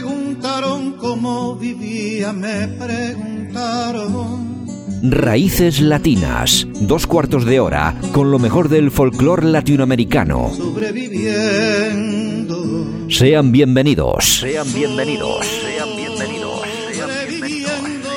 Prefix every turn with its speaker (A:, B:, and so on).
A: preguntaron cómo vivía, me preguntaron.
B: Raíces Latinas, dos cuartos de hora con lo mejor del folclore latinoamericano.
A: Sobreviviendo,
B: Sean bienvenidos.
C: Sean bienvenidos, sean bienvenidos, sean bienvenidos.
A: sobreviviendo.